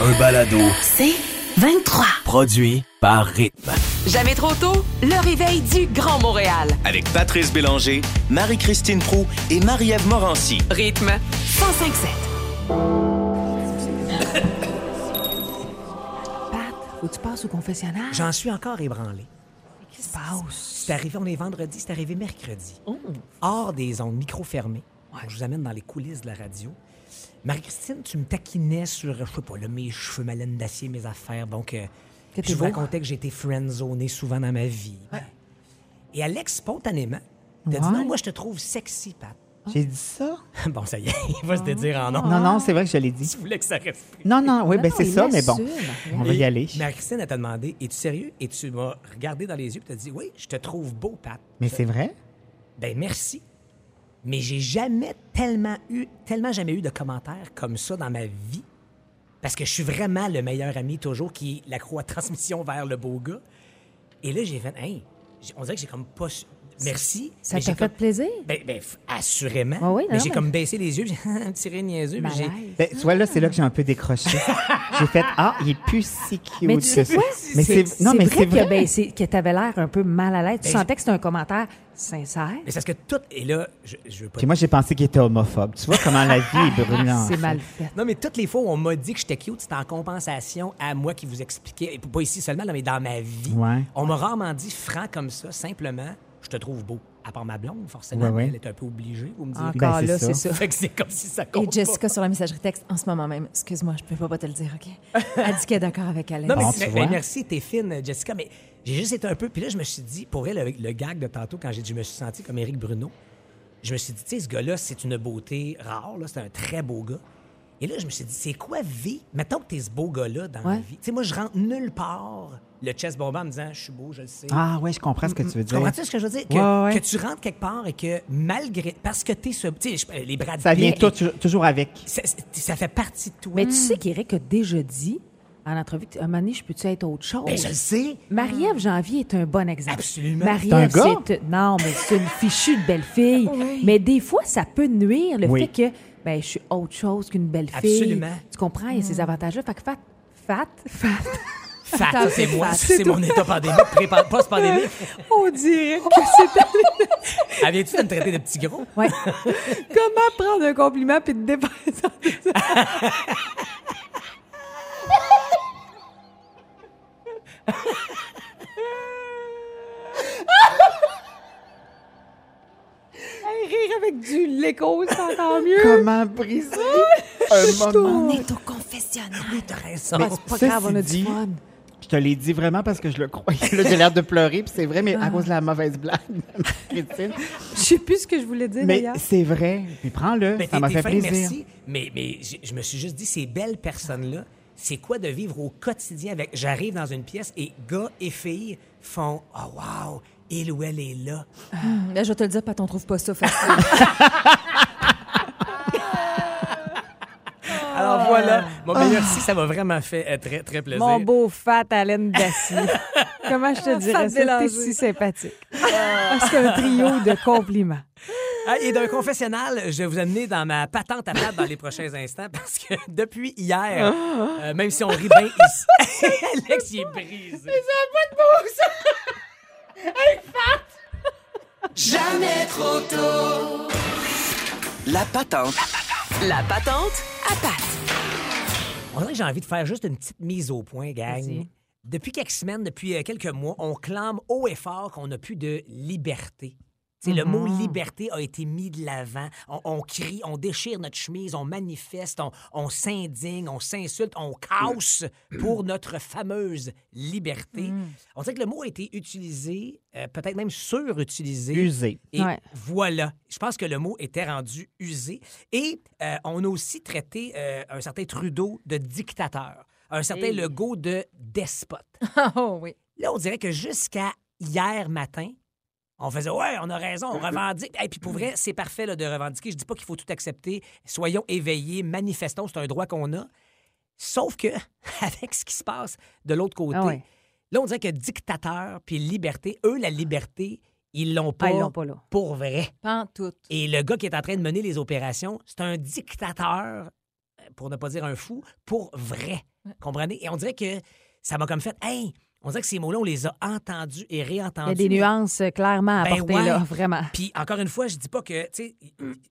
Un balado. C'est 23. Produit par Rythme. Jamais trop tôt, le réveil du Grand Montréal. Avec Patrice Bélanger, Marie-Christine Prou et Marie-Ève Morancy. Rythme 1057. Pat, faut que tu passes au confessionnal. J'en suis encore ébranlé. Qu'est-ce qui se passe? C'est arrivé, on est vendredi, c'est arrivé mercredi. Oh. Hors des ondes micro-fermées. Ouais. Je vous amène dans les coulisses de la radio. Marie-Christine, tu me taquinais sur, je sais pas, là, mes cheveux, ma laine d'acier, mes affaires. Donc, euh, Que t'es je vous beau. racontais que j'étais friendzoné souvent dans ma vie. Et Alex, spontanément, t'as dit Ouais. non, moi, je te trouve sexy, Pat. Ah. J'ai dit ça? bon, ça y est, il va se dédire en nom. Non, non, c'est vrai que je l'ai dit. Tu voulais que ça reste. Non, non, oui, Non, ben c'est Ah, il ça, mais bon. l'assume. On va y Et aller. Marie-Christine, elle t'a demandé Es-tu sérieux Et tu m'as regardé dans les yeux et t'as dit Oui, je te trouve beau, Pat. Mais c'est vrai? Ben merci. Mais j'ai jamais tellement eu, tellement jamais eu de commentaires comme ça dans ma vie. Parce que je suis vraiment le meilleur ami toujours qui est la croix de transmission vers le beau gars. Et là, j'ai fait, hey, j- on dirait que j'ai comme pas. su- Merci. Ça mais t'a j'ai fait comme- plaisir? Ben, ben, f- assurément. Ah oui, non, mais j'ai mais- comme baissé les yeux, puis j'ai un petit rire niaiseux. puis j'ai- Malaise. Ben, tu vois, là, c'est là que j'ai un peu décroché. j'ai fait Ah, il est plus si cute Mais que tu sais ça. quoi? Mais C'est c'est non, mais vrai, c'est que, vrai. ben, c'est- que t'avais l'air un peu mal à l'aise. Tu Ben, sentais que c'était un commentaire sincère. Mais c'est parce que tout. Et là, je, je veux pas. Puis moi, j'ai pensé qu'il était homophobe. Tu vois comment la vie est brûlante. Ah, C'est mal fait. Non, mais toutes les fois où on m'a dit que j'étais cute, c'était en compensation à moi qui vous expliquais, et pas ici seulement, là, mais dans ma vie. Ouais. On m'a rarement dit franc comme ça, simplement, je te trouve beau. À part ma blonde, forcément, Ouais, ouais. elle est un peu obligée, vous me direz. Encore Ben, c'est là, ça. c'est ça. Fait que c'est comme si ça compte Et Jessica pas. sur la messagerie texte en ce moment même. Excuse-moi, je peux pas te le dire, OK? Elle dit qu'elle est d'accord avec Alex. Non, mais Bon, c'est- tu ben, vois. merci, t'es fine, Jessica, mais j'ai juste été un peu. Puis là, je me suis dit, pour elle, le, le gag de tantôt, quand j'ai dit, je me suis senti comme Éric Bruno, je me suis dit, tu sais, ce gars-là, c'est une beauté rare, là, c'est un très beau gars. Et là, je me suis dit, c'est quoi vie? Mettons que t'es ce beau gars-là dans la Ouais. vie. Tu sais, moi, je rentre nulle part le chest bombant en me disant, je suis beau, je le sais. Ah ouais, je comprends ce que tu veux dire. Comprends-tu ce que je veux dire? Que, Ouais, ouais. que tu rentres quelque part et que malgré. Parce que t'es ce. Tu sais, je- euh, les bras Ça vient tout- tu- toujours avec. Ça, c'est- ça fait partie de toi. Mais tu sais qu'Éric a déjà dit en entrevue que, un moment donné, je peux-tu être autre chose? Ben, je le sais. Marie-Ève Janvier est un bon exemple. Absolument. Marie-Ève, C'est un gars? c'est- Non, mais c'est une fichue de belle fille. Mais des fois, ça peut nuire le Oui. fait que ben, je suis autre chose qu'une belle fille. Absolument. Mm. Tu comprends? Il y a ces avantages-là. Fait que fat, fat, fat. Fat, ça, c'est moi. Fat. C'est mon état pandémique, pré- post-pandémique. On dirait que c'est... Elle vient-tu de me traiter de petit gros? Ouais. Comment prendre un compliment puis te dépasser? Rire avec du l'écho, c'est encore mieux. Comment briser un moment? On est au confessionnal. Ah, T'as raison. Mais Ah, C'est pas ceci grave, on a du dit, fun. Je te l'ai dit vraiment parce que je le croyais. Là, j'ai l'air de pleurer, puis c'est vrai, mais Ah. à cause de la mauvaise blague de Marie-Christine. Je sais plus ce que je voulais dire, Mais d'ailleurs. c'est vrai. Puis prends-le. Ben, Ça t'es- m'a t'es fait fin, plaisir. Merci. Mais, mais j- je me suis juste dit, ces belles personnes-là, c'est quoi de vivre au quotidien avec. J'arrive dans une pièce et gars et filles font Oh, wow, il ou elle est là. Là, je vais te le dire, Pat, on trouve pas ça facile. Ah. Alors voilà, mon meilleur si, ça m'a vraiment fait euh, très, très plaisir. Mon beau fat Alain Dacier. Comment je te dirais ça? T'es Bélanger. si sympathique. Ah, C'est un trio de compliments. Ah, Et d'un confessionnal, je vais vous amener dans ma patente à plat dans les prochains instants parce que depuis hier, Ah. euh, même si on rit bien ici, Alex, il est brisé. La patente. La patente à Pat. On dirait que j'ai envie de faire juste une petite mise au point, gang. Depuis quelques semaines, depuis euh, quelques mois, on clame haut et fort qu'on n'a plus de liberté. Tu Tu sais, Le mot liberté a été mis de l'avant. On, on crie, on déchire notre chemise, on manifeste, on, on s'indigne, on s'insulte, on casse pour notre fameuse liberté. On dirait que le mot a été utilisé, euh, peut-être même surutilisé. Usé. Et Ouais. voilà, je pense que le mot était rendu usé. Et euh, on a aussi traité euh, un certain Trudeau de dictateur, un certain Legault de despote. Oh oui. Là, on dirait que jusqu'à hier matin, on faisait ouais, on a raison, on revendique. Et puis pour vrai, c'est parfait là, de revendiquer. Je dis pas qu'il faut tout accepter. Soyons éveillés, manifestons, c'est un droit qu'on a. Sauf que avec ce qui se passe de l'autre côté, Ah ouais. là, on dirait que dictateur puis liberté, eux, la liberté, ils l'ont pas, Ah, ils l'ont pas là. pour vrai. Pantoute. Et le gars qui est en train de mener les opérations, c'est un dictateur, euh, pour ne pas dire un fou, pour vrai. Comprenez? Et on dirait que ça m'a comme fait, hey, on dirait que ces mots-là, on les a entendus Il et y réentendus. a des nuances euh, clairement à Ben apporter ouais. là, vraiment. Puis encore une fois, je dis pas que, tu sais,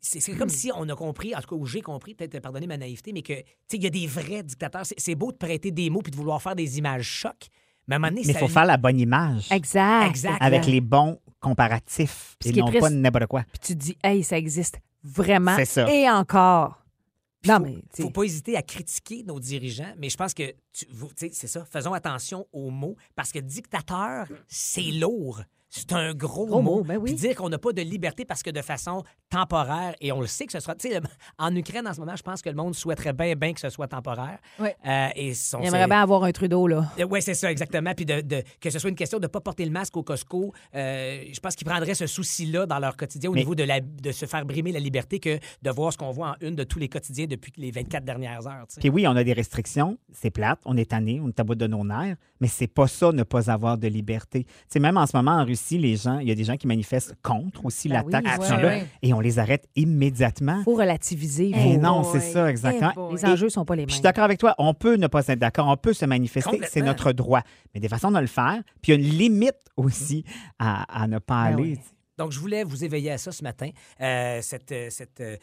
c'est c'est comme si on a compris, en tout cas, où j'ai compris, peut-être pardonnez ma naïveté, mais que, tu sais, il y a des vrais dictateurs. C'est- C'est beau de prêter des mots puis de vouloir faire des images chocs, mais à un moment donné, Mais il ça faut lit- faire la bonne image. Exact. Exact. Avec les bons comparatifs. Puis Et ce qui est non triste- pas n'importe quoi. Puis tu te dis, hey, ça existe vraiment. C'est ça. Et encore. non, faut- mais. tu sais, faut pas hésiter à critiquer nos dirigeants, mais je pense que tu vous- tu sais, c'est ça. Faisons attention aux mots parce que dictateur, c'est lourd. C'est un gros, Gros mot. mot, ben oui. Puis dire qu'on n'a pas de liberté parce que de façon temporaire, et on le sait que ce sera. Tu sais, le- en Ukraine en ce moment, je pense que le monde souhaiterait bien, bien que ce soit temporaire. Oui. Euh, et son, Il aimerait bien avoir un Trudeau, là. oui, Euh, c'est ça, exactement. Puis de, de- que ce soit une question de ne pas porter le masque au Costco, euh, je pense qu'ils prendraient ce souci-là dans leur quotidien au Mais- niveau de, la, de se faire brimer la liberté que de voir ce qu'on voit en une de tous les quotidiens depuis les 24 dernières heures. tu sais. Puis oui, on a des restrictions, c'est plate, on est tanné, on est à bout de nos nerfs, mais c'est pas ça, ne pas avoir de liberté. Tu sais, même en ce moment, en Russie, les gens, il y a des gens qui manifestent contre aussi Ben l'attaque, oui, ces ouais, gens-là, ouais. et on les arrête immédiatement. Faut relativiser. Eh faut- non, boy. c'est ça, exactement. Eh boy. Les enjeux sont pas les Puis Je suis mêmes. d'accord avec toi, on peut ne pas être d'accord, on peut se manifester, c'est Complètement. notre droit. Mais des façons de le faire, puis il y a une limite aussi à, à ne pas Ben aller. oui. tu sais. Donc, je voulais vous éveiller à ça ce matin. Euh, cette, euh, cette, euh,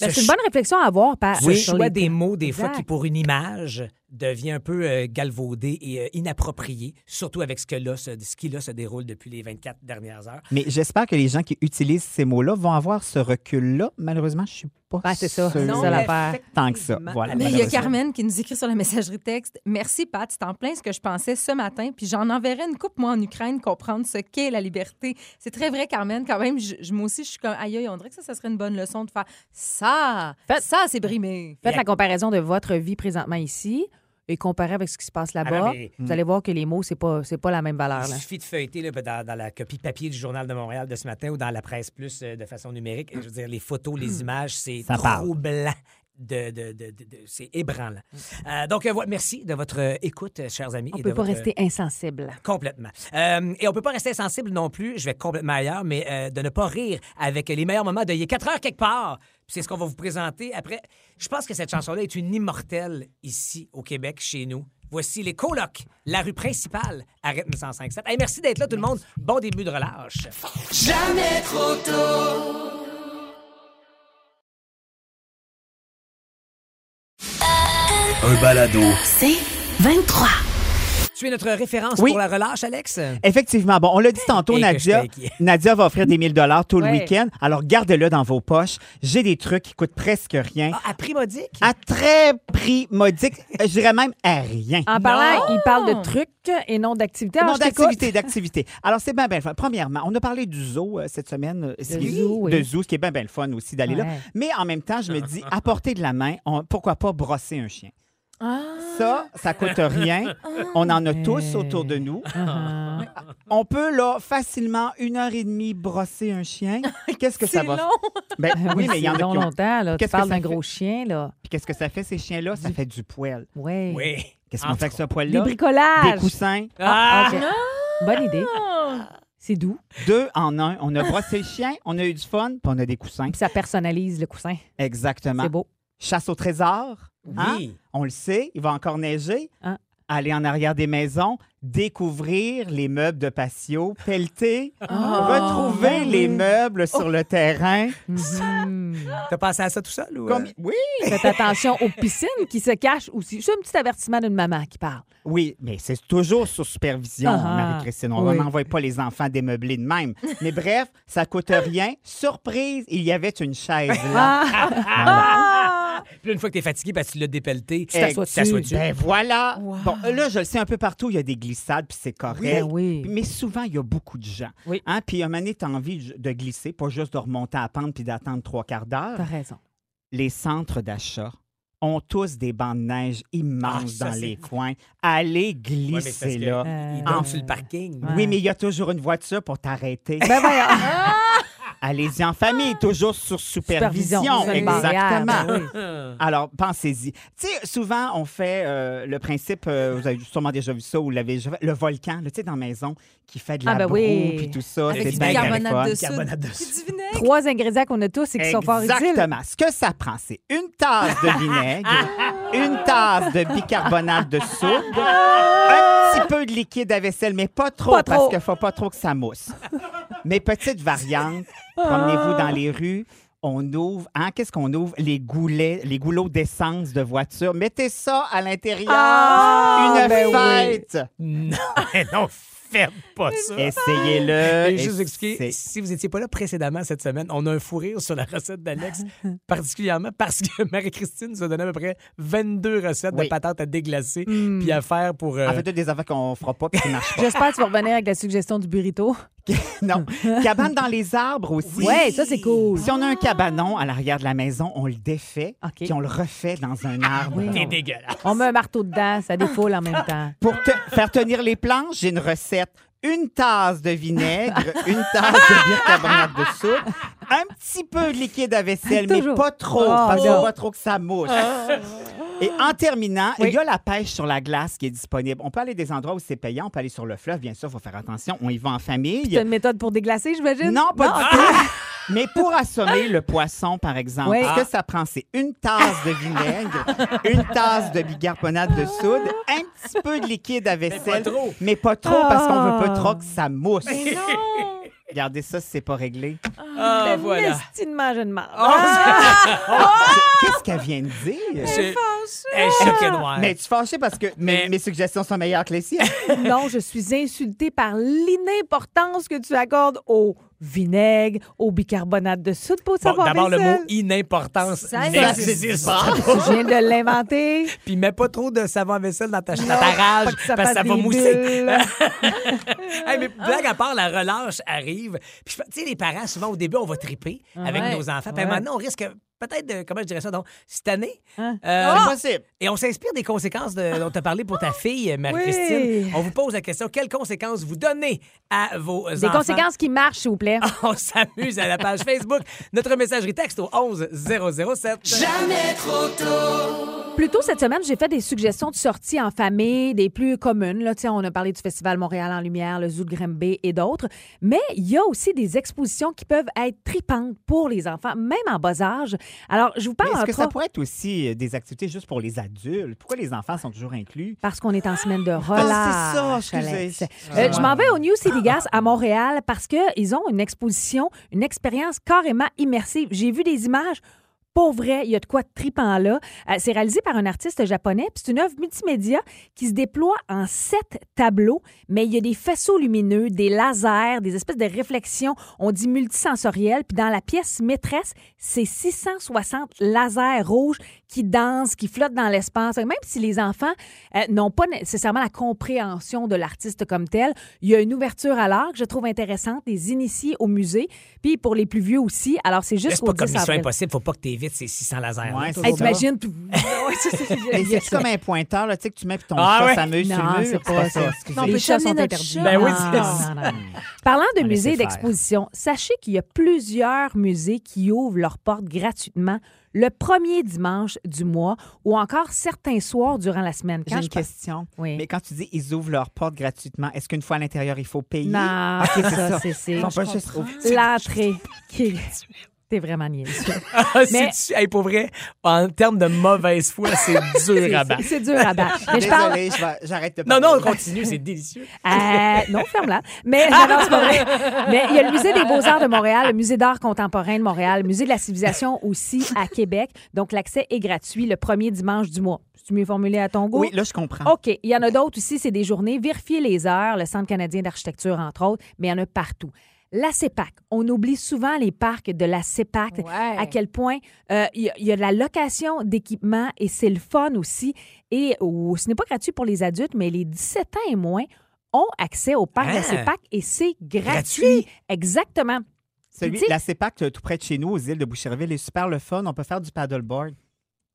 Ben, ce c'est une cho- bonne réflexion à avoir, par ce sur choix les- des mots, des fois, Exact. qui pour une image devient un peu euh, galvaudé et euh, inapproprié, surtout avec ce, que là, se- ce qui là se déroule depuis les 24 dernières heures. Mais j'espère que les gens qui utilisent ces mots-là vont avoir ce recul-là. Malheureusement, je suis pas Ben, c'est ça, sûre. c'est ça l'affaire. Tant que ça, voilà. Mais il y a Malheureusement. Carmen qui nous écrit sur la messagerie texte Merci, Pat, c'est en plein ce que je pensais ce matin, puis j'en enverrai une coupe, moi, en Ukraine, comprendre ce qu'est la liberté. C'est très vrai, Carmen, quand même. Je, je- moi aussi, je suis comme aïe, aïe, on dirait que ça, ça serait une bonne leçon de faire ça. Faites- Ça, c'est brimé. Faites la comparaison de votre vie présentement ici et comparez avec ce qui se passe Ah non, là-bas. mais- hmm. Vous allez voir que les mots, c'est pas, c'est pas la même valeur. Il Là. suffit de feuilleter là, dans, dans la copie papier du Journal de Montréal de ce matin ou dans la presse plus euh, de façon numérique. Je veux dire, les photos, Mm. les images, c'est Ça parle. troublant. De, de- de- de- de- c'est ébranlant. Euh, donc, euh, voilà, merci de votre euh, écoute, euh, chers amis. Mm. On et peut de pas votre- rester insensible. Complètement. Euh, et on peut pas rester insensible non plus, je vais complètement ailleurs, mais euh, de ne pas rire avec les meilleurs moments de Il est 4 heures quelque part. Puis C'est ce qu'on va vous présenter après. Je pense que cette chanson-là est une immortelle ici au Québec, chez nous. Voici les colocs, la rue principale à rythme 1057. Hey, merci d'être là, tout le monde. Bon début de relâche. Un balado. C'est 23. Tu es notre référence Oui. pour la relâche, Alex? Effectivement. Bon, on l'a dit tantôt, Et que Nadia. j'étais inquiet. Nadia va offrir des 1000 dollars tout le Ouais. week-end. Alors, gardez-le dans vos poches. J'ai des trucs qui coûtent presque rien. Ah, à prix modique? À très prix modique. Euh, Je dirais même à rien. En parlant, il parle de trucs et non d'activités. Alors, non, je t'écoute. d'activité, d'activité. Alors, c'est bien, bien le fun. Premièrement, on a parlé du zoo euh, cette semaine. euh, ce qui est- zoo, oui. de zoo, ce qui est bien, bien le fun aussi d'aller là. Ouais. Mais en même temps, je me dis, à portée de la main, on- pourquoi pas brosser un chien? Ah. Ça, ça coûte rien. On en a tous autour de nous. Ah, ah. On peut, là, facilement, une heure et demie brosser un chien. Qu'est-ce que ça C'est va long. faire? Ben, oui, mais il y en a Ah c'est qui long, ont- longtemps. Là. Tu Qu'est-ce que parles ça d'un fait? gros chien, là. Puis qu'est-ce que ça fait, ces chiens-là? Ça fait du poêle. Ouais. Oui. Qu'est-ce qu'on fait avec ce Des poêle-là? Des bricolages. coussins. Ah! OK. Bonne idée. C'est doux. Deux en un. On a brossé le chien, on a eu du fun, puis on a des coussins. Puis ça personnalise le coussin. Exactement. C'est beau. Chasse au trésor. hein? Oui. On le sait, il va encore neiger. Hein? aller en arrière des maisons, découvrir les meubles de patio, pelleter, retrouver Ah. oui. les meubles sur le terrain. T'as pensé à ça tout seul? Ou... euh? Combi- Oui, Mhm. Faites attention aux piscines qui se cachent aussi. Juste un petit avertissement d'une maman qui parle. Oui, mais c'est toujours sous supervision, Ah, Marie-Christine. On oui. n'envoie pas les enfants démeublés de même. Mais bref, ça coûte rien. Surprise, il y avait une chaise Ah. là. Ah, euh? Puis là, une fois que t'es fatigué, parce que tu l'as dépelleté, tu t'assois dessus. t'assois-tu? Ben voilà. Wow. Bon, là, je le sais un peu partout, il y a des glissades, puis c'est correct. Ben oui. Mais souvent, il y a beaucoup de gens. Oui. Hein? Puis à un moment donné, t'as envie de glisser, pas juste de remonter à la pente puis d'attendre trois quarts d'heure. T'as raison. les centres d'achat ont tous des bancs de neige Ah, immenses ça, dans c'est- les coins. Allez Ouais, mais c'est parce glisser que là. Il, il Ah. donne sur le parking. Oui, mais il y a toujours une voiture pour t'arrêter. Ben Allez-y en famille, toujours sur supervision. Supervision, c'est une barrière, Ah Exactement. ben oui. Alors, pensez-y. Tu sais, souvent, on fait euh, le principe, euh, vous avez sûrement déjà vu ça, ou l'avez déjà fait, le volcan, là, tu sais, dans la maison, qui fait de la Ah, ben broue, oui. puis tout ça. Avec c'est du bien bien fun. bicarbonate de soude. Carbonate de Puis soude. du vinaigre. Trois ingrédients qu'on a tous et qui sont fort utiles. Exactement. Ce que ça prend, c'est une tasse de vinaigre, une tasse de bicarbonate de soude, un petit peu de liquide à vaisselle, mais pas trop, Pas trop. parce qu'il ne faut pas trop que ça mousse. Mes petites variantes, promenez-vous dans les rues. On ouvre, hein, qu'est-ce qu'on ouvre? Les goulets, les goulots d'essence de voiture. Mettez ça à l'intérieur. Ah, Une ben oui. fête. Non, non, faites pas ça. Essayez-le. Et Euh, juste vous Essayez- expliquer, si vous n'étiez pas là précédemment cette semaine, on a un fou rire sur la recette d'Alex, particulièrement parce que Marie-Christine nous a donné à peu près 22 recettes Oui. de patates à déglacer puis à faire pour. euh, En fait, toutes des affaires qu'on fera pas puis qui marchent pas. J'espère que tu vas revenir avec la suggestion du burrito. Non. Cabane dans les arbres aussi. Ouais, ça, c'est cool. Si on a un cabanon à l'arrière de la maison, on le défait, OK. Ah, puis on le refait dans un arbre. T'es dégueulasse. On met un marteau dedans, ça défoule en même temps. Pour te- faire tenir les planches, j'ai une recette. Une tasse de vinaigre, une tasse de bicarbonate de soude, un petit peu de liquide à vaisselle, mais Toujours. pas trop, Oh, parce qu'on non. Ah. pas trop que ça mousse. Et en terminant, il y a la pêche sur la glace qui est disponible. On peut aller des endroits où c'est payant, on peut aller sur le fleuve, bien sûr, il faut faire attention, on y va en famille. T'as une méthode pour déglacer, j'imagine? Non, pas du tout. Mais pour assommer le poisson, par exemple, Oui. ce que ça prend, c'est une tasse de vinaigre, une tasse de bicarbonate de soude, un petit peu de liquide à vaisselle, trop. mais pas trop parce qu'on veut pas Ah. trop que ça mousse. Regardez ça, c'est pas réglé. Ah, Voilà. voilà. Oh, je ne marre. Ah! Qu'est-ce qu'elle vient de dire? Eh, Je- Elle est choquée noire. Mais tu fâchée parce que mes, Mais- mes suggestions sont meilleures que les siennes. Non, je suis insultée par l'inimportance que tu accordes au vinaigre, au bicarbonate de soude pour Bon, savoir D'abord, le vaisselle. mot inimportance Ça, n'existe pas. Je viens de l'inventer. Puis mets pas trop de savon à vaisselle dans ta, dans ta rage, pas que ça parce que ça fasse va des mousser. bulles. Hey, mais blague à part, la relâche arrive. Puis, je- tu sais, les parents, souvent, au début, on va triper avec ouais, nos enfants. Puis, à un ouais. moment donné, on risque peut-être de, comment je dirais ça, donc, cette année. Hein? euh, C'est possible. Et on s'inspire des conséquences de- dont tu as parlé pour ta fille, euh, Marie-Christine. Oui. On vous pose la question quelles conséquences vous donnez à vos Des enfants conséquences qui marchent, s'il vous plaît. On s'amuse à la page Facebook. Notre messagerie texte au 11 007. Plus tôt cette semaine, j'ai fait des suggestions de sorties en famille, des plus communes. Là, Tu sais, on a parlé du Festival Montréal en Lumière, le Zoo de Grimby et d'autres. Mais il y a aussi des expositions qui peuvent être tripantes pour les enfants, même en bas âge. Alors, je vous Mais parle Est-ce que entre ça autres- pourrait être aussi euh, des activités juste pour les adultes? Pourquoi les enfants sont toujours inclus? Parce qu'on est en semaine de Ah, c'est ça, relâche. excusez. Alex. Ah. Euh, je m'en vais au New City Gas à Montréal parce qu'ils ont une exposition, une expérience carrément immersive. J'ai vu des images. Pour vrai, il y a de quoi de tripant là. Euh, c'est réalisé par un artiste japonais, puis c'est une œuvre multimédia qui se déploie en sept tableaux, mais il y a des faisceaux lumineux, des lasers, des espèces de réflexions, on dit multisensorielles, puis dans la pièce maîtresse, c'est 660 lasers rouges qui dansent, qui flottent dans l'espace. Fait que Même si les enfants euh, n'ont pas nécessairement la compréhension de l'artiste comme tel, il y a une ouverture à l'art que je trouve intéressante, des initiés au musée, puis pour les plus vieux aussi. Alors, c'est C'est juste pas au comme 10 Mission avril. Impossible, faut pas que t'évites ces 600 lasers. Ouais, Toujours c'est Hey, ça. là. t'imagines? puis- Ouais, c'est ça, Mais il y a c'est ça. comme un pointeur là, tu sais, que tu mets puis ton Ah chat ouais. s'amuse sur Non, le c'est mur. Ah, pas ça. excusez. Non, Les les chats chats sont notre interdits. chat. Ben oui, Non, c'est non, non, Ah, non. Parlant de On laisse musées et faire. d'expositions, sachez qu'il y a plusieurs musées qui ouvrent leurs portes gratuitement le premier dimanche du mois ou encore certains soirs durant la semaine. J'ai Quand une je parle- question. Oui. Mais quand tu dis ils ouvrent leurs portes gratuitement, est-ce qu'une fois à l'intérieur, il faut payer? Non, Ok, c'est ça, c'est- c'est- Ils sont pas juste- L'entrée qui est gratuite. T'es vraiment niaiseux. Ah, Mais- c'est hey, pour vrai, en termes de mauvaise foi, c'est dur à C'est- battre. C'est dur à battre. Mais je parle. Désolée, je vais- j'arrête de Non, parler. non, on continue, c'est délicieux. Euh, non, ferme-la. Mais non, non, c'est pas vrai. Mais il y a le musée des Beaux-Arts de Montréal, le musée d'art contemporain de Montréal, le musée de la civilisation aussi à Québec. Donc l'accès est gratuit le premier dimanche du mois. Tu mieux formulé à ton goût? Oui, là, je comprends. OK. Il y en a d'autres aussi, c'est des journées. Vérifiez les heures, le Centre canadien d'architecture, entre autres, mais il y en a partout. La CEPAC, on oublie souvent les parcs de la CEPAC, Ouais. à quel point euh, il y, a- il y a de la location d'équipements et c'est le fun aussi. Et oh, ce n'est pas gratuit pour les adultes, mais les 17 ans et moins ont accès au parc de la Ah. CEPAC et c'est gratuit. Gratuit? Exactement. tu Celui, sais- la CEPAC, euh, tout près de chez nous, aux îles de Boucherville, est super le fun. On peut faire du paddleboard.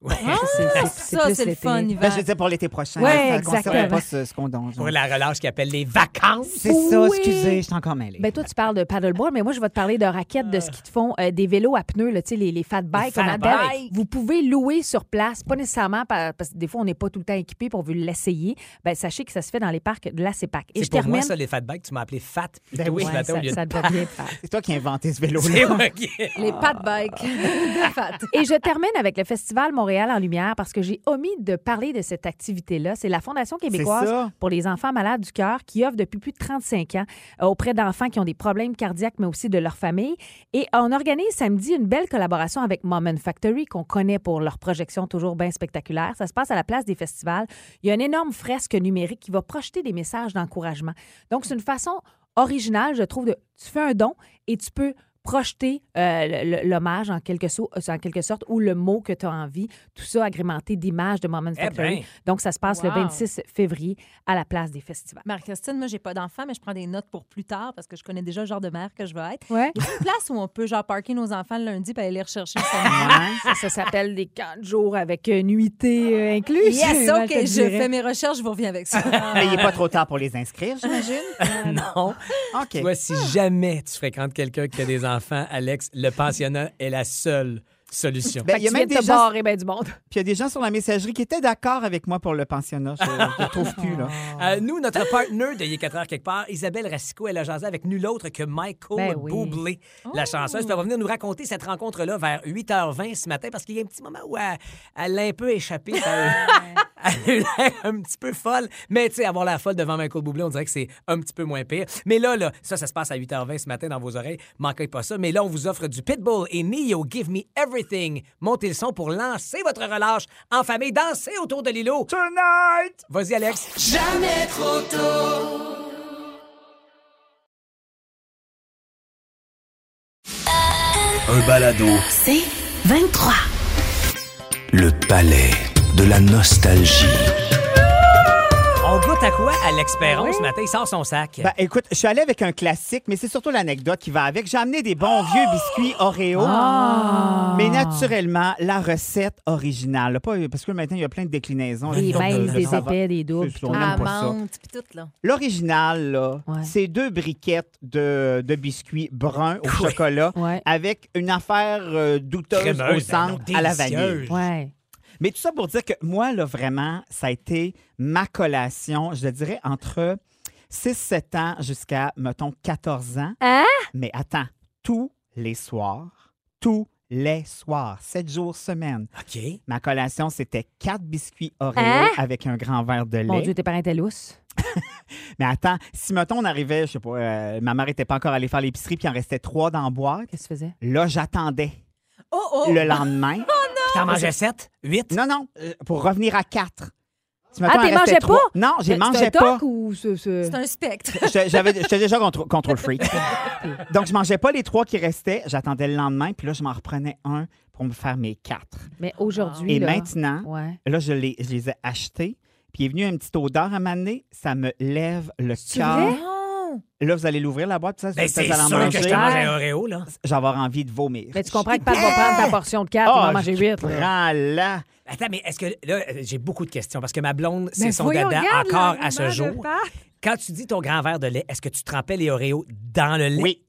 Ah! C'est- c'est- c'est Ça, plus c'est le l'été. fun, Ben, je veux Yvan. dire, pour l'été prochain. Ouais, ça ne exactement. concerne pas ce, ce qu'on donne. Pour la relâche qu'ils appellent les vacances. C'est ça, Oui. excusez, je suis encore mêlée. Ben toi, tu parles de paddleboard, mais moi, je vais te parler de raquettes, de ce qu'ils te font, euh, des vélos à pneus, là, tu sais, les, les fat bikes, Ah! fat on appelle. bikes. Vous pouvez louer sur place, pas nécessairement par- parce que des fois, on n'est pas tout le temps équipé pour vous l'essayer. Ben, sachez que ça se fait dans les parcs de la E CEPAC. Et C'est je pour termine. moi, ça, les fat bikes, tu m'as appelé fat. Ben Ouais, oui, oui. ça, ça devrait bien faire. c'est toi qui as inventé ce C'est vélo-là. moi qui- Les pat bikes. de fat. Et je termine avec le Festival Montréal en lumière parce que j'ai omis de parler de cette activité-là. C'est la Fondation C'est québécoise ça. pour les enfants malades du cœur qui offre depuis plus de 35 ans euh, auprès d'enfants qui ont des problèmes cardiaques, mais aussi de leur famille. Et on organise samedi une belle collaboration avec Mom and Factory qu'on connaît pour leur projection toujours bien spectaculaire. Ça se passe à la place des festivals. Il y a une énorme fresque numérique qui va projeter des messages d'encouragement. Donc, c'est une façon originale, je trouve, de tu fais un don et tu peux projeter euh, le- le- l'hommage en quelque, so- en quelque sorte ou le mot que tu as envie, tout ça agrémenté d'images de Mom and Eh Factory. ben. Donc, ça se passe le Wow. 26 février à la place des festivals. Marie-Christine, moi, j'ai pas d'enfant, mais je prends des notes pour plus tard parce que je connais déjà le genre de mère que je vais être. Ouais. Il y a une place où on peut, genre, parker nos enfants le lundi puis aller les rechercher le samedi. Ouais. Ça, ça s'appelle des camps de jour avec euh, nuitée euh, incluse. Ah. Yes, Mal OK, te je dirais. fais mes recherches, je vous reviens avec ça. Mais il n'est pas trop tard pour les inscrire, j'imagine. non. OK. Toi, si jamais tu fréquentes quelqu'un qui a des enfants, Alex, le pensionnat est la seule solution. Ben, Fait il que y a tu même viens de des te gens, barrer ben du monde. puis il y a des gens sur la messagerie qui étaient d'accord avec moi pour le pensionnat. Je ne trouve plus, là. Ah. Euh, nous, notre partenaire de Yé 4 heures quelque part, Isabelle Racicot, elle a jasé avec nul autre que Michael Ben oui. Oh! Bublé, la chanceuse. Puis elle va venir nous raconter cette rencontre-là vers 8h20 ce matin parce qu'il y a un petit moment où elle, elle l'a un peu échappé. Elle a eu l'air un petit peu folle. Mais tu sais, avoir la folle devant Michael Bublé, on dirait que c'est un petit peu moins pire. Mais là, là, ça, ça se passe à 8h20 ce matin dans vos oreilles. Manquez pas ça. Mais là, on vous offre du Pitbull et Neo Give Me Everything. Montez le son pour lancer votre relâche en famille. Dansez autour de l'îlot. Tonight! Vas-y, Alex. Un balado. C'est 23. Le palais de la nostalgie. On goûte à quoi, Alex Perron, ce matin? Il sort son sac. Ben, écoute, je suis allée avec un classique, mais c'est surtout l'anecdote qui va avec. J'ai amené des bons vieux biscuits Oreo. Ah. Mais naturellement, la recette originale. là, pas- parce que maintenant, il y a plein de déclinaisons. là, Des donc, minces, de- de des saveur. épais, des doubles, C'est puis sûr, on tout. n'aime pas ça. Amande, puis tout, là. L'original, là, Ouais. c'est deux briquettes de, de biscuits bruns au Ouais. chocolat Ah Ouais. avec une affaire euh, douteuse au Crémeuse, centre ben non, à la délicieuse. vanille. Ouais. Mais tout ça pour dire que moi, là, vraiment, ça a été ma collation, je le dirais, entre 6-7 ans jusqu'à, mettons, 14 ans. Hein? Mais attends, tous les soirs, tous les soirs, 7 jours semaine, OK. ma collation, c'était quatre biscuits Oreo Hein? avec un grand verre de lait. Mon Dieu, tes parents étaient lousses. Mais attends, si mettons on arrivait, je sais pas, euh, ma mère était pas encore allée faire l'épicerie, puis il en restait trois dans la boîte. Qu'est-ce que tu faisais? Là, j'attendais Oh, oh! le lendemain. Puis T'en mangeais 7, 8. Non, non, euh, pour revenir à quatre. Si, Ah, t'es il en restait mangeais trois- pas? Non, j'ai C'est- mangé C'est un pas. toc ou ce- ce- C'est un spectre. J'étais- J'avais, j'étais déjà contre, contrôle freak. Donc, je mangeais pas les trois qui restaient. J'attendais le lendemain, puis là, je m'en reprenais un pour me faire mes quatre. Mais aujourd'hui, Et là... maintenant, Ouais. Là, je, les- je les ai achetés. Puis il est venu une petite odeur à m'amener. Ça me lève le cœur. Ah! Là, vous allez l'ouvrir la boîte. puis Ça, Ben, ça, c'est vous allez en sûr que je te manger. mangeais un Oreo, là. J'avoir envie de vomir. Mais Ben, tu comprends que Pat va prendre ta portion de quatre, il Ah, va en manger je huit. là. prends là. Attends, mais est-ce que... Là, euh, j'ai beaucoup de questions parce que ma blonde, c'est Mais Ben, son voyons, dada regarde encore l'argument à ce de jour. Pat. Quand tu dis ton grand verre de lait, est-ce que tu trempais les Oreos dans le lait? Oui.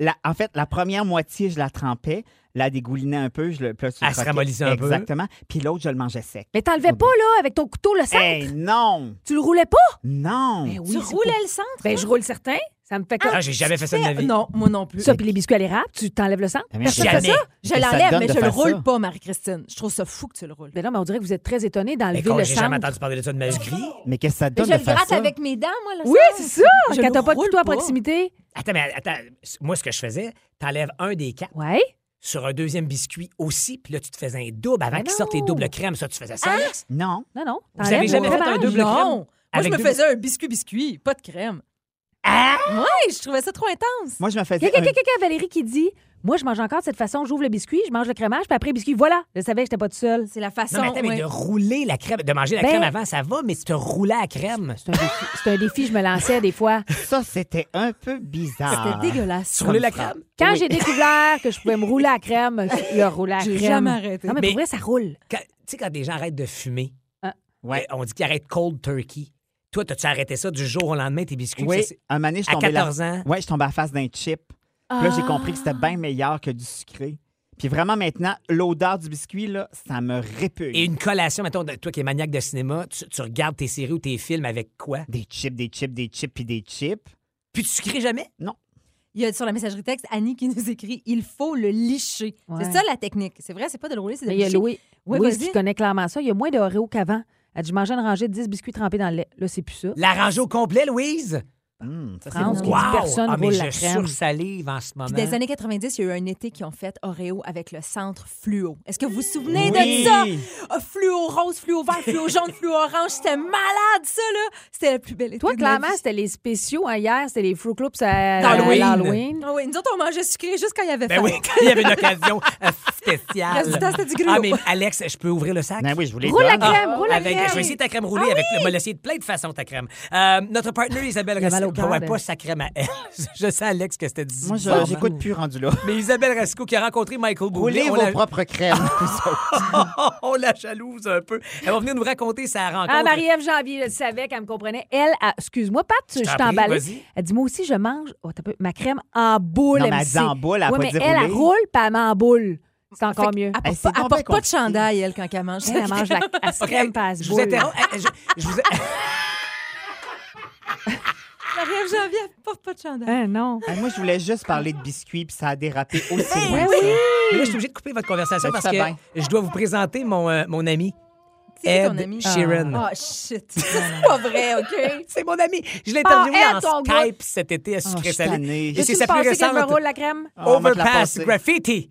La- en fait, la première moitié, je la trempais, la dégoulinais un peu, je le puis là, tu le Elle se croquais. ramollissait un peu. Exactement. Puis l'autre, je le mangeais sec. Mais t'enlevais pas, là, avec ton couteau, le centre? Hey, non! Tu le roulais pas? Non! Ben oui, Tu c'est roulais le centre? Ben, je roule certains. Ça me fait Ah, comme. j'ai jamais fait ça de ma vie. Non, moi non plus. Ça, puis les biscuits à l'érable, tu t'enlèves le sang. Mais Personne jamais. fait ça? Je Ça te l'enlève, donne mais de je le faire ça. roule pas, Marie-Christine. Je trouve ça fou que tu le roules. Ben, Mais non, mais on dirait que vous êtes très étonné Mais d'enlever quand le Ben, j'ai sang. jamais entendu parler de ça de ma vie. Mais qu'est-ce que ça te Mais donne Ben, je le de faire gratte ça? avec mes dents, moi, là. Oui, c'est ça! Je Quand le t'as pas de roule couteau à pas. proximité. Attends, mais attends. Moi, ce que je faisais, t'enlèves un des quatre Ouais. sur un deuxième biscuit aussi, puis là, tu te faisais un double avant Mais Ben qu'ils sortent les non. doubles crème. Ça, tu faisais Hein? ça, Alex? Non. Non, non. Vous t'enlèves avez jamais le fait un fromage. double crème? Non! Moi, je Avec me deux- faisais un biscuit-biscuit, pas de crème. Ah! Oui, je trouvais ça trop intense. Moi, je me faisais. Quelqu'un, un- quelqu'un, quelqu'un, Valérie qui dit Moi, je mange encore de cette façon, j'ouvre le biscuit, je mange le crémage, puis après le biscuit, voilà. Je savais que j'étais pas toute seule. C'est la façon. Non, mais attends, mais ouais. de rouler la crème, de manger la Ben- crème avant, ça va, mais tu te roulais la crème. C'est un défi, c'est un défi, je me lançais des fois. Ça, c'était un peu bizarre. C'était dégueulasse. Tu roulais la crème? Quand j'ai découvert que je pouvais me rouler à crème, je le roulais à crème. J'ai jamais arrêté. Non, mais, Mais- pour vrai, ça roule. Quand- Tu sais, quand des gens arrêtent de fumer, Ah. ouais. on dit qu'ils arrêtent cold turkey. Toi, t'as-tu arrêté ça du jour au lendemain, tes biscuits? Oui, Ça, c'est- un mané, je à tombais la- 14 ans. Ouais, je tombais à la face d'un chip. Puis là, j'ai compris que c'était bien meilleur que du sucré. Puis vraiment, maintenant, l'odeur du biscuit, là, ça me répugne. Et une collation, mettons, de- toi qui es maniaque de cinéma, tu, tu regardes tes séries ou tes films avec quoi? Des chips, des chips, des chips, puis des chips. Puis tu crées jamais? Il y a sur la messagerie texte Annie qui nous écrit il faut le licher. Ouais. C'est ça la technique. C'est vrai, c'est pas de le rouler, c'est de Mais le il y a licher. Louis, Oui, Louis vas-y. qui connaît clairement ça. Il y a moins de Oreo qu'avant. Elle dit Je mangeais une rangée de 10 biscuits trempés dans le lait. Là, c'est plus ça. La rangée au complet, Louise? Hum, ça, c'est France, bon. qui dit Wow! personne ah, mais roule je la crème. sursalive en ce moment. Puis des années 90, il y a eu un été qui ont fait Oreo avec le centre fluo. Est-ce que vous vous souvenez Oui. de ça? Ah, fluo rose, fluo vert, fluo jaune, fluo orange. C'était malade, ça, là. C'était la plus belle été. Toi, de ma clairement, vie. c'était les spéciaux. hein. Hier, c'était les euh, Fruit Loops à D'Halloween. à l'Halloween. Ah oui, nous autres, on mangeait sucré juste quand il y avait Ben faim. oui, quand il y avait une occasion euh, spéciale. Résultat, c'était du gruau. Ah, mais Alex, je peux ouvrir le sac? Ben oui, je vous les Roule la donne. crème. Ah roule la Ah. avec- crème. Je vais essayer ta crème roulée avec. On va l'essayer de plein de façons, ta crème. Euh, notre partenaire Isabelle Il a mal au Rasco. cœur, ouais, ben. pas sa crème à elle. je sais, Alex, que c'était dit. Ah, Moi, je- j'écoute plus rendu là. Mais Isabelle Rasco qui a rencontré Michael Bublé. ben, Roulez on vos la- propres crèmes. on la jalouse un peu. Elle va venir nous raconter sa rencontre. Ah, Marie-Ève Janvier, je le savais qu'elle me comprenait. Elle, elle- excuse-moi, Pat, tu- Je je t'en t'ai prie, emballée. vas-y. Elle dit, moi aussi, je mange oh, t'as peu, ma crème en boule. Non, mais elle MC. dit en boule, elle a Ouais, pas mais dit elle, elle roulée. roule, puis elle m'emboule. C'est encore mieux. Hein, Elle porte Hey, c'est pas, donc elle porte bien pas de compliqué. chandail, elle, quand elle mange. Elle, elle mange la elle se OK, crème, puis elle se je vous boule. interromps. Eh, Je, je vous... Marie-Ève Janvier, elle porte pas de chandail. Hein, non. Ah, Moi, je voulais juste parler de biscuits, puis ça a dérapé aussi loin Ben que oui. ça. Mais là, je suis obligée de couper votre conversation Ben, parce ça que va bien. je dois vous présenter mon, euh, mon ami. C'est qui Ed ton ami? Sheeran. Ah, shit. Ça, C'est pas vrai, OK? C'est mon ami. Je l'ai interviewé Ah, Ed, en ton Oh, Skype cet été à Sucré je suis Salé. tannée. Et Veux-tu c'est Tu sa pensais plus que je me récente roule la crème? Ah, on va te la Overpass passer. Graffiti.